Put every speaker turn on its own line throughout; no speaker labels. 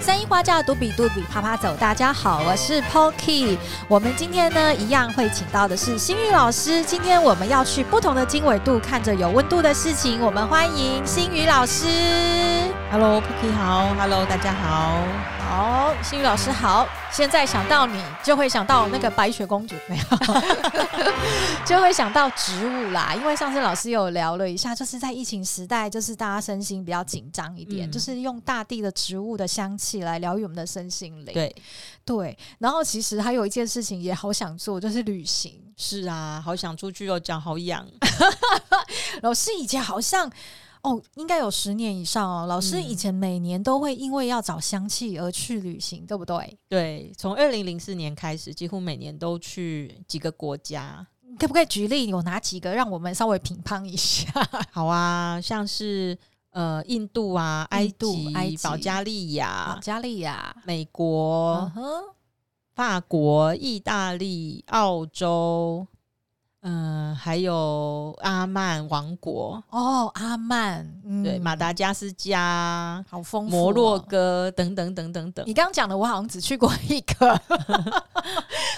三一花轿嘟比嘟比啪啪走，大家好，我是 Pokey。我们今天呢，一样会请到的是心宇老师。今天我们要去不同的经纬度，看着有温度的事情。我们欢迎心宇老师。
Hello Pookie 好，Hello 大家好，
好，心宇老师好。现在想到你，就会想到那个白雪公主，没 有，就会想到植物啦。因为上次老师有聊了一下，就是在疫情时代，就是大家身心比较紧张一点，
嗯
就是用大地的植物的香气来疗愈我们的身心灵。
对，
对，然后其实还有一件事情也好想做，就是旅行。
是啊，好想出去哦，脚好痒，
老师以前好像哦，应该有十年以上哦。老师以
嗯
前每年都会因为要找香气而去旅行，对不对？
对，从二零零四年开始，几乎每年都去几个国家，
你可不可以举例有哪几个，让我们稍微评判一下？
好啊，像是呃印度啊、埃
印度
及、
埃及
保加利亚、
加利亚，
美国、
嗯哼，
法国、意大利、澳洲，嗯、还有阿曼王国，
哦，阿曼，嗯
对，马达加斯加、
好丰富、哦
摩洛。哥等等等等等
你。刚刚讲的，我好像只去过一个，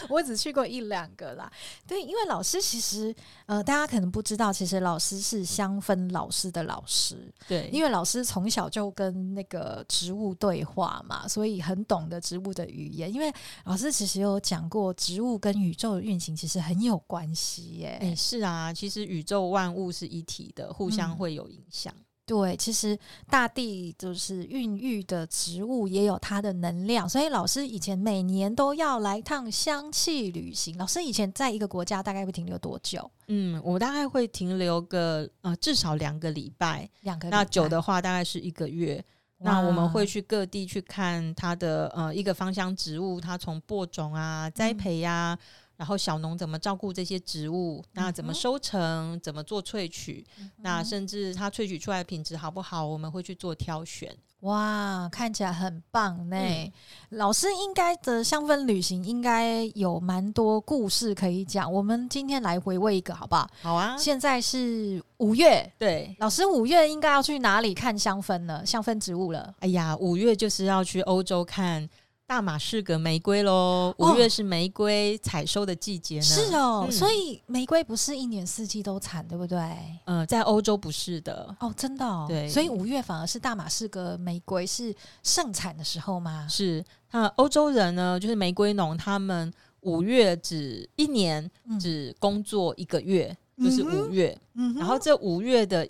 我只去过一两个啦。对，因为老师其实，呃，大家可能不知道，其实老师是香氛老师的老师，
对，
因为老师从小就跟那个植物对话嘛，所以很懂得植物的语言。因为老师其实有讲过，植物跟宇宙的运行其实很有关系耶、
哎、是啊，其实宇宙万物是一体的，互相
嗯
会有影响。
对，其实大地就是孕育的植物也有它的能量，所以老师以前每年都要来趟香气旅行。老师以前在一个国家大概会停留多久？
嗯，我大概会停留个呃至少两个礼拜，
两个礼拜
那久的话大概是一个月。那我们
哇
会去各地去看它的呃一个芳香植物，它从播种啊、栽
嗯
培呀、然后小农怎么照顾这些植物，那怎
嗯
么
哼
收成，怎么做萃取，那
嗯
甚至它萃取出来的品质好不好，我们会去做挑选。
哇，看起来很棒呢。
嗯
老师应该的香氛旅行应该有蛮多故事可以讲，我们今天来回味一个好不好？
好啊，
现在是五月，
对，
老师五月应该要去哪里看香氛呢？香氛植物了。
哎呀，五月就是要去欧洲看大马士革玫瑰喽。
哦
五月是玫瑰采收的季节呢。
是哦，
嗯
所以玫瑰不是一年四季都产，对不对？
呃，在欧洲不是的，
哦，真的哦。
对
所以五月反而是大马士革玫瑰是盛产的时候吗？
是那欧洲人呢，就是玫瑰农，他们五月只一年
嗯
只工作一个月，就是五月。
嗯哼
然后这五月的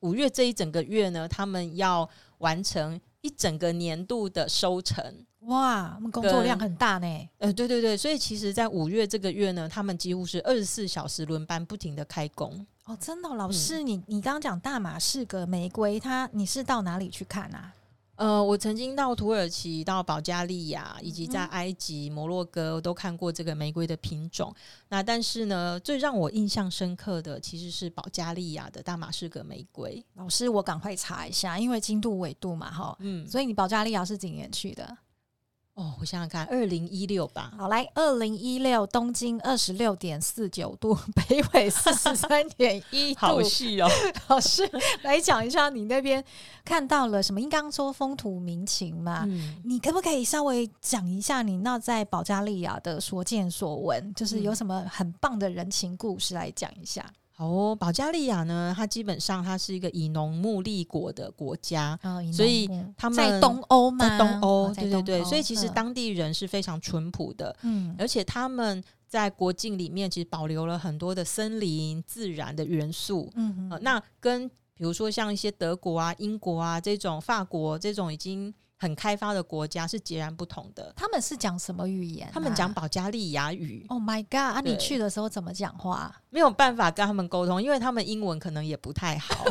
五月这一整个月呢，他们要完成一整个年度的收成。
哇，他们工作量很大呢。
呃，对对对，所以其实，在五月这个月呢，他们几乎是二十四小时轮班，不停的开工。
哦，真的哦、
嗯
老师，你你刚刚讲大马士革玫瑰，它你是到哪里去看啊？
呃，我曾经到土耳其、到保加利亚，以及在
嗯
埃及、摩洛哥都看过这个玫瑰的品种。那但是呢，最让我印象深刻的其实是保加利亚的大马士革玫瑰。
老师，我赶快查一下，因为经度纬度嘛，哈。
嗯，
所以你保加利亚是几年去的？
哦，我想想看，二零一六吧。
好，来，二零一六东经二十六点四九度，北纬四十三点一度。
细哦，
老师来讲一下，你那边看到了什么？因为刚刚说风土民情嘛，
嗯，
你可不可以稍微讲一下你那在保加利亚的所见所闻，就是
嗯
有什么很棒的人情故事来讲一下？
好哦。保加利亚呢，它基本上它是一个以农牧立国的国家，
啊、嗯
所以他们
在东欧吗？
在东欧，
哦在
对对对，
东欧
所以其实
嗯
当呃地人是非常淳朴的。
嗯
而且他们在国境里面其实保留了很多的森林自然的元素。
嗯
呃
嗯，
那跟比如说像一些德国啊、英国啊这种、法国这种已经很开发的国家是截然不同的。
他们是讲什么语言啊、
他们讲保加利亚语，
Oh my god！啊，你
对
去的时候怎么讲话？
没有办法跟他们沟通，因为他们英文可能也不太 好，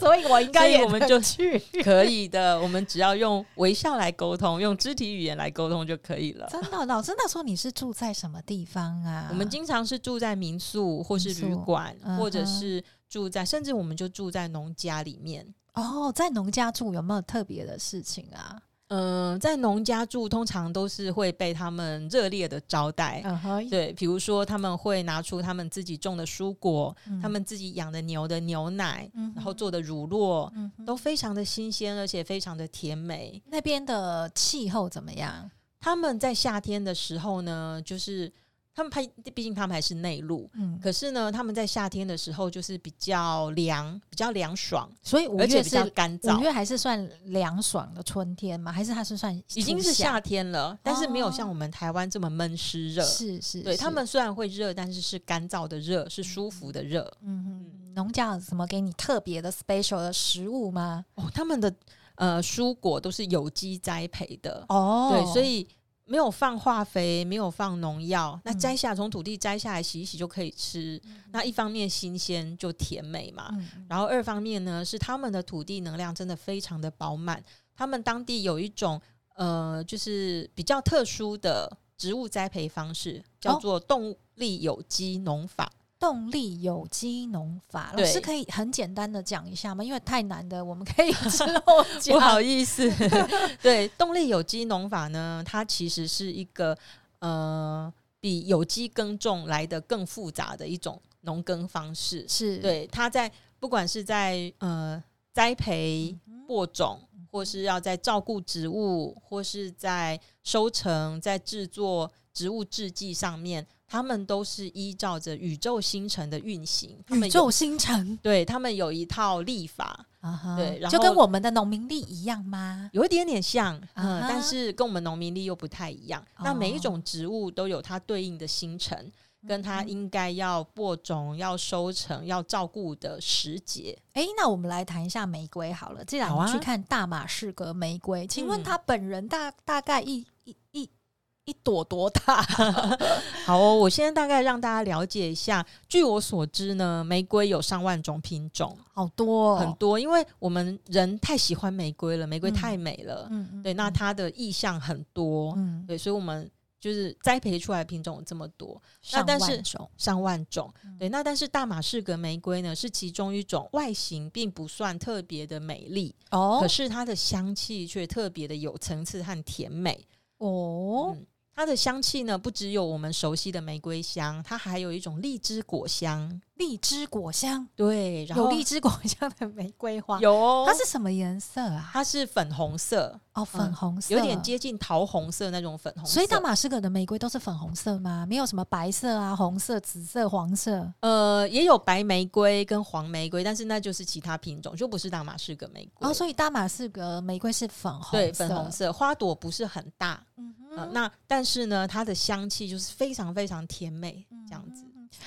所以我应
所
该
以
也
我们 就去可以的。我们只要用微笑来沟通，用肢体语言来沟通就可以了。
真的，老师那时候你是住在什么地方啊？
我们经常是住在民宿或是
民宿
旅馆，
嗯哼
或者是住在，甚至我们就住在农家里面。
哦，在农家住有没有特别的事情啊？
嗯、在农家住通常都是会被他们热烈的招待。
嗯哼，
对，比如说他们会拿出他们自己种的蔬果，
嗯
他们自己养的牛的牛奶，
嗯哼
然后做的乳酪，
嗯哼
都非常的新鲜，而且非常的甜美。
那边的气候怎么样？
他们在夏天的时候呢，就是他们拍，毕竟他们还是内陆，
嗯，
可是呢，他们在夏天的时候就是比较凉，比较凉爽，
所以五
而且
月
比较
是
干
五
燥。
月还是算凉爽的春天吗？还是它是算
已经是
初
夏天了，但是没有
哦
像我们台湾这么闷湿热。
是是，
对
是
他，们虽然会热，但是是干燥的热，是舒服的热。
嗯哼，农家有什么给你特别的 special 的食物吗？
哦，他们的呃蔬果都是有机栽培的，
哦
对，所以没有放化肥，没有放农药，那
嗯
摘下从土地摘下来洗一洗就可以吃。那一方面新鲜就甜美嘛，
嗯
然后二方面呢是他们的土地能量真的非常的饱满，他们当地有一种呃就是比较特殊的植物栽培方式，叫
哦
做动力有机农法。
动力有机农法，老
对
师可以很简单的讲一下吗？因为太难的，我们可以之后
不
讲。
好意思，对，动力有机农法呢，它其实是一个呃比有机耕种来的更复杂的一种农耕方式。
是，
对，它在不管是在呃栽培、
嗯
播种，或是要在照顾植物，或是在收成、在制作植物制剂上面，他们都是依照着宇宙星辰的运行。他们
宇
有
宙星辰，
对他们有一套历法，
啊哈
对然
就跟
后
我们的农民力一样吗？
有一点点像，嗯、
啊哈哦
但是跟我们农民力又不太一样。那每一种植物都有它对应的星辰，跟
嗯
它应该要播种、要收成、要照顾的时节。
哎，那我们来谈一下玫瑰好了。既然
好
我们
啊
去看大马士革玫瑰，请问
嗯
他本人大大概一一一一朵多 大？
好哦，我现在大概让大家了解一下。据我所知呢，玫瑰有上万种品种，
好多、哦，
很多，因为我们人太喜欢玫瑰了，玫瑰太美了。
嗯，嗯
对，那它的意象很多，
嗯，
对，所以我们就是栽培出来的品种有这么多。
上
但
万
是
种
上万种。
嗯
对，那但是大马士革玫瑰呢，是其中一种外形并不算特别的美丽，可
哦
是它的香气却特别的有层次和甜美。
哦，
嗯，它的香气呢，不只有我们熟悉的玫瑰香，它还有一种荔枝果香。
荔枝果香，
对，然后
有荔枝果香的玫瑰花，
有哦
它是什么颜色啊？
它是粉红色，
哦，粉
嗯
红色，
有点。接近桃红色那种粉红色。
所以大马士革的玫瑰都是粉红色吗？没有什么白色啊、红色、紫色、黄色。
呃也有白玫瑰跟黄玫瑰，但是那就是其他品种，就不是大马士革玫瑰。
哦，所以大马士革玫瑰是粉红色，
对，粉红。色，花朵不是很大，
嗯哼
呃，那但是呢，它的香气就是非常非常甜美，
嗯
这样子。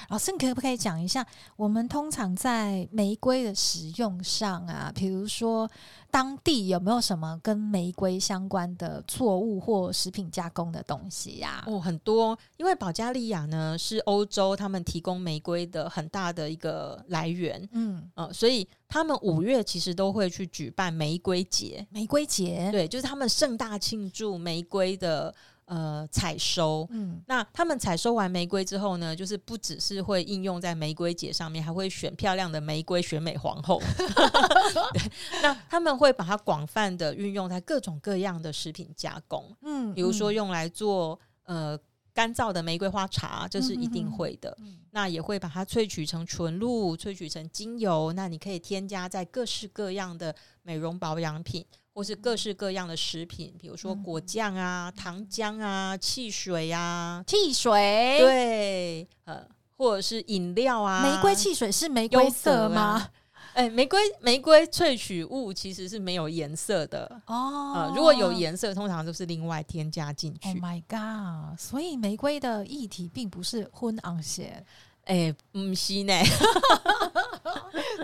老师，你可不可以讲一下，我们通常在玫瑰的使用上啊，比如说当地有没有什么跟玫瑰相关的作物或食品加工的东西呀、
哦，很多，因为保加利亚呢是欧洲他们提供玫瑰的很大的一个来源，
嗯，
呃，所以他们五月其实都会去举办玫瑰节，
玫瑰节，
对，就是他们盛大庆祝玫瑰的呃采收。
嗯，
那他们采收完玫瑰之后呢，就是不只是会应用在玫瑰节上面，还会选漂亮的玫瑰选美皇后。 对，那他们会把它广泛的运用在各种各样的食品加工，
嗯，
比如说
嗯
用来做呃干燥的玫瑰花茶，这是一定会的。
嗯
那也会把它萃取成纯露，萃取成精油。那你可以添加在各式各样的美容保养品，或是各式各样的食品，比如说
嗯
果酱啊、糖浆啊、汽水啊，
汽水，，
对，呃，或者是饮料啊，
玫瑰汽水是玫瑰色吗？？
哎、玫瑰玫瑰萃取物其实是没有颜色的，
哦
呃，，如果有。颜色，通常都是另外添加进
Oh
去。
my god！所以玫瑰的议题并不是婚昂鞋，
哎、嗯，是呢，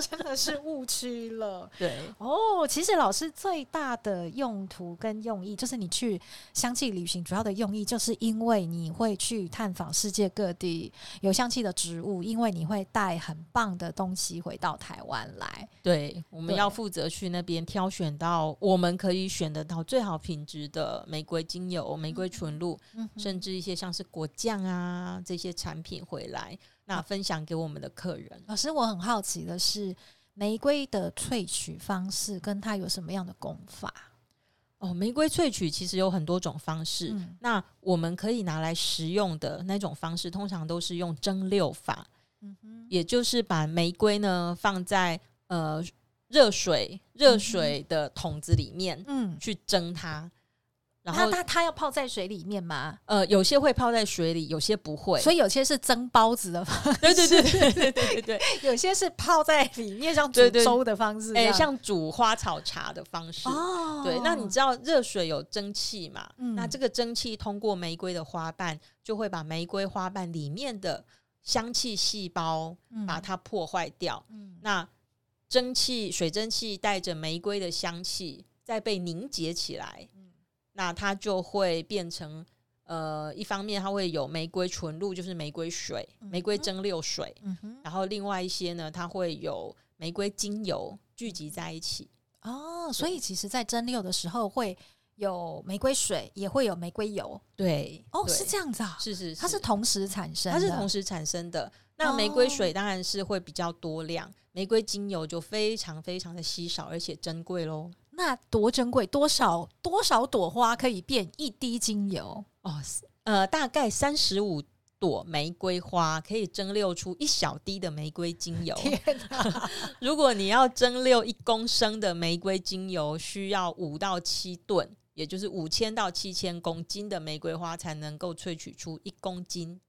真的是误区了。
对，
哦，其实老师最大的用途跟用意，就是你去香气旅行主要的用意，就是因为你会去探访世界各地有香气的植物，因为你会带很棒的东西回到台湾来。
对，我们
对
要负责去那边挑选到我们可以选得到最好品质的玫瑰精油、玫瑰纯露，
嗯，
甚至一些像是果酱啊这些产品回来，
嗯
那分享给我们的客人。
老师，我很好奇的是，玫瑰的萃取方式跟它有什么样的功法？
哦，玫瑰萃取其实有很多种方式，
嗯
那我们可以拿来食用的那种方式，通常都是用蒸馏法，
嗯哼，
也就是把玫瑰呢放在呃热水热水的桶子里面
嗯，
去蒸它，然
那
后
它它要泡在水里面吗？
呃有些会泡在水里，有些不会，
所以有些是蒸包子的方
对对对对对对 对哎对，
式，有些是泡在里面像煮
对对
粥的方式这
哎、
样，
像煮花草茶的方式。
哦，
对，那你知道热水有蒸汽嘛？
嗯
那这个蒸汽通过玫瑰的花瓣，就会把玫瑰花瓣里面的香气细胞
嗯
把它破坏掉。
嗯
那蒸汽水蒸气带着玫瑰的香气，再被凝结起来，
嗯
那它就会变成呃，一方面它会有玫瑰纯露，就是玫瑰水、玫瑰蒸馏水，
嗯哼，
然后另外一些呢，它会有玫瑰精油聚集在一起。
哦，所以其实，在蒸馏的时候会有玫瑰水，也会有玫瑰油，
对，
哦，
对
是这样子啊，
是是
它是同时产生的，哦
它是同时产生的。那玫瑰水当然是会比较多量，玫瑰精油就非常非常的稀少，而且珍贵喽。
那多珍贵，多少多少朵花可以变一滴精油？
哦，呃，大概三十五朵玫瑰花可以蒸馏出一小滴的玫瑰精油。 如果你要蒸馏一公升的玫瑰精油，需要五到七吨，也就是五千到七千公斤的玫瑰花才能够萃取出一公斤。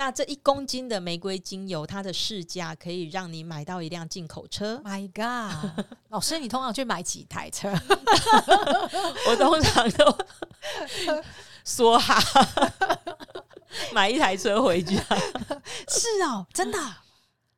那这一公斤的玫瑰精油，它的市价可以让你买到一辆进口车。
My God！老师，你通常去买几台车？
我通常都 梭哈， 买一台车回家。
是哦，真的啊。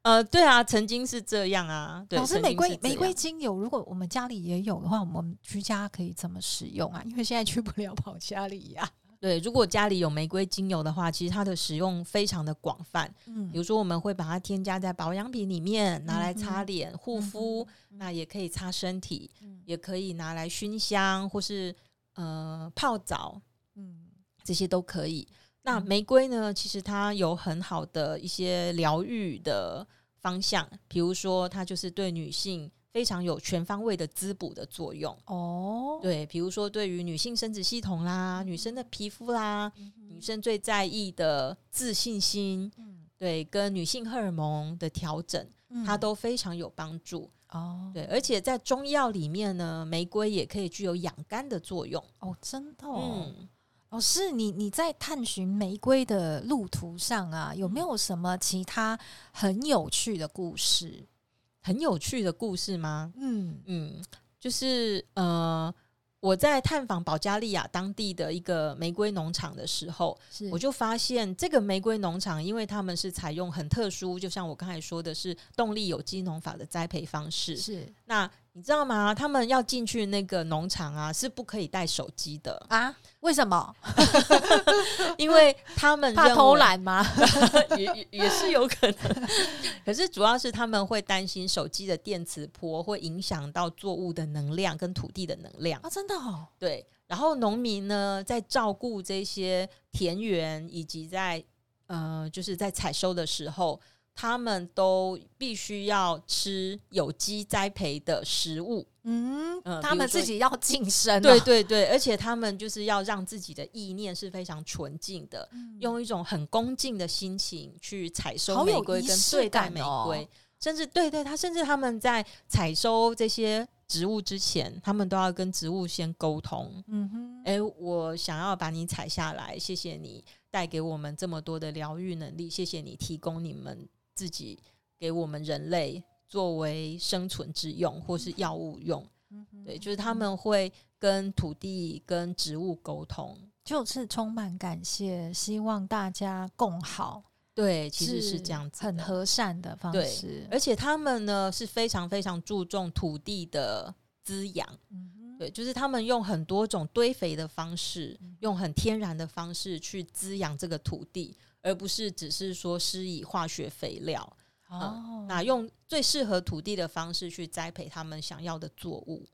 呃，对啊，曾经是这样啊。对，
老师，
曾经
玫瑰
是这
玫瑰
样
精油，如果我们家里也有的话，我们居家可以怎么使用啊？因为现在去不了跑家里呀、
对，如果家里有玫瑰精油的话，其实它的使用非常的广泛。比
嗯，
如说，我们会把它添加在保养品里面，拿来擦脸、护肤，那也可以擦身体，
嗯
也可以拿来熏香，或是呃泡澡，
嗯
这些都可以。那
嗯
玫瑰呢，其实它有很好的一些疗愈的方向，比如说它就是对女性非常有全方位的滋补的作用。
哦，
对，比如说对于女性生殖系统啦、女生的皮肤啦、女
嗯
生最在意的自信心，
嗯
对，跟女性荷尔蒙的调整，
嗯
它都非常有帮助。
哦，
对，而且在中药里面呢，玫瑰也可以具有养肝的作用。
哦，真的、哦。
嗯，
老师，你你在探寻玫瑰的路途上啊，有没有什么其他很有趣的故事？
很有趣的故事吗？
嗯
嗯，就是呃，我在探访保加利亚当地的一个玫瑰农场的时候，
是
我就发现这个玫瑰农场，因为他们是采用很特殊，就像我刚才说的是动力有机农法的栽培方式。
是
那你知道吗？他们要进去那个农场啊，是不可以带手机的，
啊？为什么？
因为他们
怕
认
偷
为，
懒吗？
也也也是有可能。 可是主要是他们会担心手机的电磁波会影响到作物的能量跟土地的能量。
啊，真的哦，
对，然后农民呢，在照顾这些田园以及在呃，就是在采收的时候，他们都必须要吃有机栽培的食物。
嗯，
呃
他们
比如说
自己要晋升、啊，
对对对，而且他们就是要让自己的意念是非常纯净的，用一种很恭敬的心情去采收
嗯好有
玫瑰
仪
跟
式
对待
感
玫
哦
瑰，甚至对对，他甚至他们在采收这些植物之前，他们都要跟植物先沟通。
嗯哼，
哎、我想要把你采下来，谢谢你带给我们这么多的疗愈能力，谢谢你提供你们自己给我们人类作为生存之用或是药物用。
嗯
对，就是他们会跟土地、跟植物沟通。
就是充满感谢，希望大家共好，
对，其实是这样子
很
的
和善的方
对
式。
而且他们呢是非常非常注重土地的滋养。
嗯哼，嗯
对，就是他们用很多种堆肥的方式，用很天然的方式去滋养这个土地，而不是只是说施以化学肥料。
哦，
那用最适合土地的方式去栽培他们想要的作物。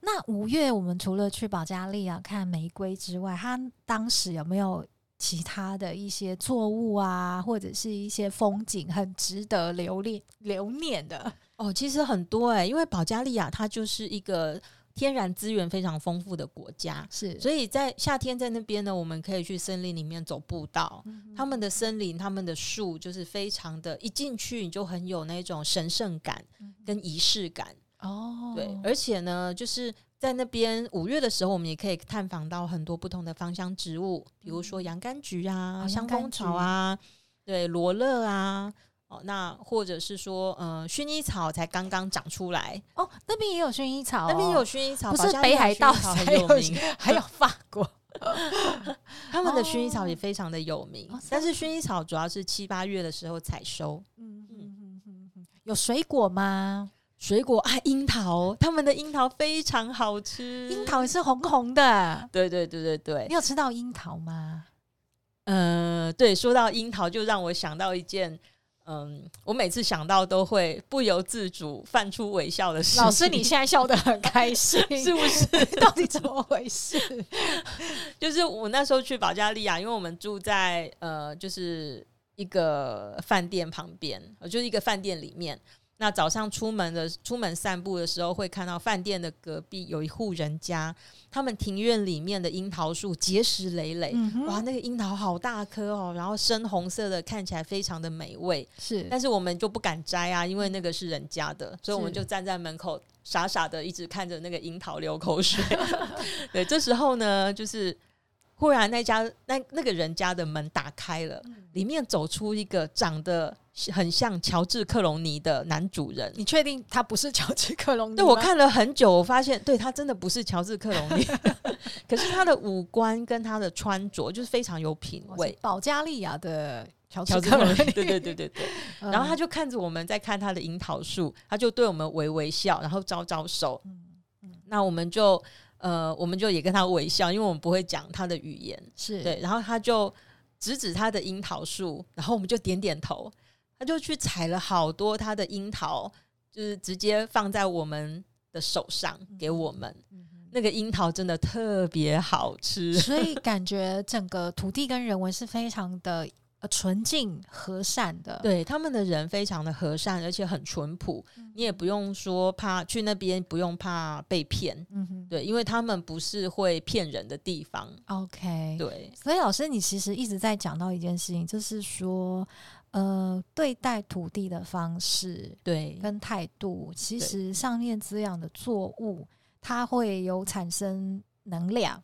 那五月我们除了去保加利亚看玫瑰之外，它当时有没有其他的一些作物啊，或者是一些风景很值得留恋留念的？
欸哦，其实很多哎、因为保加利亚它就是一个天然资源非常丰富的国家，
是，
所以在夏天在那边呢，我们可以去森林里面走步道，
嗯
他们的森林、他们的树就是非常的，一进去你就很有那种神圣感跟仪式感。
嗯哦，
对，而且呢，就是在那边五月的时候，我们也可以探访到很多不同的芳香植物，比如说洋甘菊啊、
嗯哦
香
洋甘
蜂草啊，对，罗勒啊。哦，那或者是说，呃，薰衣草才刚刚长出来，
哦，那边也有薰衣草、哦，
那边有薰衣草，
不
保
是
加利
北
亚
海
薰衣
道
草
才
很
有
有名，
还有法国，
他们的
哦
薰衣草也非常的有名，
哦
但是薰衣草主要是七八月的时候采收。
嗯嗯嗯嗯，有水果吗？
水果啊，樱桃，他们的樱桃非常好吃。
樱，桃也是红红的，
对对对对
你
对，
有吃到樱桃吗？
呃，对，说到樱桃，就让我想到一件，嗯，我每次想到都会不由自主泛出微笑的事情。
老师，你现在笑得很开心，
是不是？
到底怎么回 事？
就是我那时候去保加利亚，因为我们住在呃，就是一个饭店旁边，呃就是一个饭店里面。那早上出门的出门散步的时候，会看到饭店的隔壁有一户人家，他们庭院里面的樱桃树结实累累，
嗯哼
哇，那个樱桃好大颗哦，然后深红色的，看起来非常的美味。
是
但是我们就不敢摘啊，因为那个是人家的，所以我们
嗯是
就站在门口傻傻的一直看着那个樱桃流 口水。对，这时候呢，就是忽然那家那那个人家的门打开了，
嗯
里面走出一个长得很像乔治克隆尼的男主人。
你确定他不是乔治克隆尼吗？
对，我看了很久，我发现对他真的不是乔治克隆 尼，可是他的五官跟他的穿着就是非常有品
哇
味
是。保加利亚的乔
乔
治
治
克
克
隆
隆尼，
尼，
对对对对对。
嗯，
然后他就看着我们在看他的樱桃树，他就对我们微微笑，然后招招手。
嗯
那我们就呃，我们就也跟他微笑，因为我们不会讲他的语言。
是
对，然后他就指指他的樱桃树，然后我们就点点头。他就去采了好多他的樱桃，就是直接放在我们的手上
嗯
给我们。那个樱桃真的特别好吃，
所以感觉整个土地跟人文是非常的呃纯净和善的。，
对，他们的人非常的和善，而且很淳朴，
嗯
你也不用说怕去那边不用怕被骗，
嗯哼
对，因为他们不是会骗人的地方，
，OK。
对，
所以老师，你其实一直在讲到一件事情，就是说，呃，对待土地的方式
对，
跟态度，其
对
实上面滋养的作物，它会有产生能量。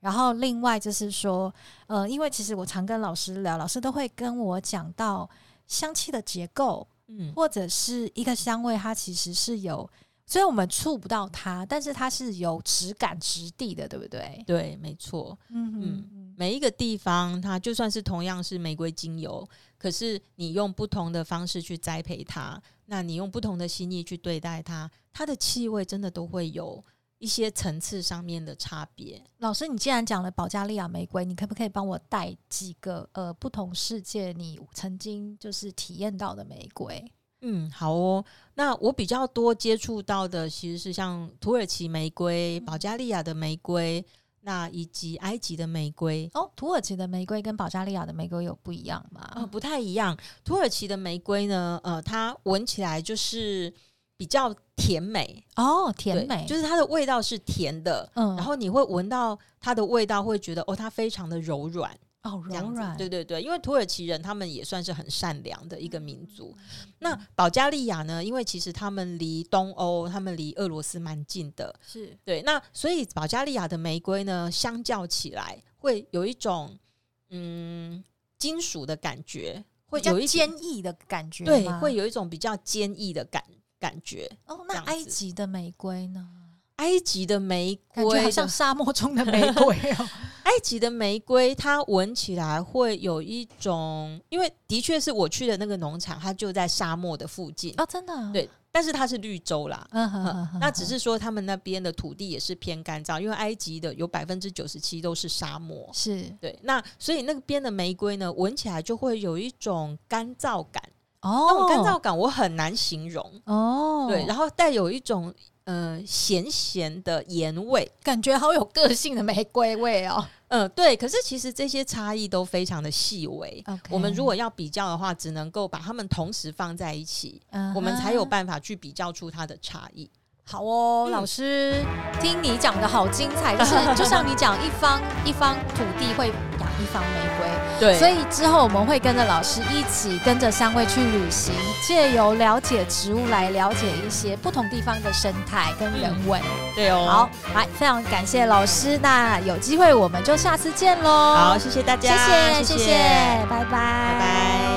然后另外就是说，呃，因为其实我常跟老师聊，老师都会跟我讲到香气的结构，
嗯，
或者是一个香味，它其实是有，虽然我们触不到它，但是它是有质感、质地的，对不对？
对，没错，
嗯哼
嗯
嗯
每一个地方它就算是同样是玫瑰精油，可是你用不同的方式去栽培它，那你用不同的心意去对待它，它的气味真的都会有一些层次上面的差别。
老师，你既然讲了保加利亚玫瑰，你可不可以帮我带几个呃不同世界你曾经就是体验到的玫瑰？
嗯，好哦。那我比较多接触到的其实是像土耳其玫瑰、
嗯
保加利亚的玫瑰，那以及埃及的玫瑰。
哦，土耳其的玫瑰跟保加利亚的玫瑰有不一样吗？
呃，不太一样。土耳其的玫瑰呢，呃，它闻起来就是比较甜美，
哦，
对
甜美，
就是是它的味道是甜的，
嗯
然后你会闻到它的味道，会觉得哦，它非常的柔软，
哦
这样
柔
子
软，
对对对，因为土耳其人他们也算是很善良的一个民族。
嗯
嗯那保加利亚呢，因为其实他们离东欧，他们离俄罗斯蛮近的，
是
对。那所以保加利亚的玫瑰呢，相较起来会有一种嗯金属的感觉，会
比较
有一点
坚毅的感觉吗，
对，会有一种比较坚毅的感感觉。
哦。
这
那
样
埃
子
及的玫瑰呢？
埃及的玫
感觉
瑰
好
的
像沙漠中的玫瑰 哦。
埃及的玫瑰，它闻起来会有一种，因为的确是我去的那个农场，它就在沙漠的附近，
哦，真的啊、
对但是它是绿洲啦。
嗯哼哼哼
那只是说他们那边的土地也是偏干燥，因为埃及的有百分之九十七都是沙漠。
是
对，那所以那边的玫瑰呢，闻起来就会有一种干燥感，
哦，
那种干燥感我很难形容。
哦，
对，然后带有一种呃咸咸的盐味。
感觉好有个性的玫瑰味哦。
嗯、对。可是其实这些差异都非常的细微。
OK
我们如果要比较的话，只能够把它们同时放在一起，
嗯哼
我们才有办法去比较出它的差异。
好哦，
嗯
老师，听你讲的好精彩， 就是就像你讲，一方一方土地会养一方玫瑰，
对，
所以之后我们会跟着老师一起跟着三位去旅行，借由了解植物来了解一些不同地方的生态跟人文。
对哦。
好，来，非常感谢老师，那有机会我们就下次见喽。
好，谢谢大
谢
家，
谢，谢
谢
谢，拜拜，
拜
拜
拜。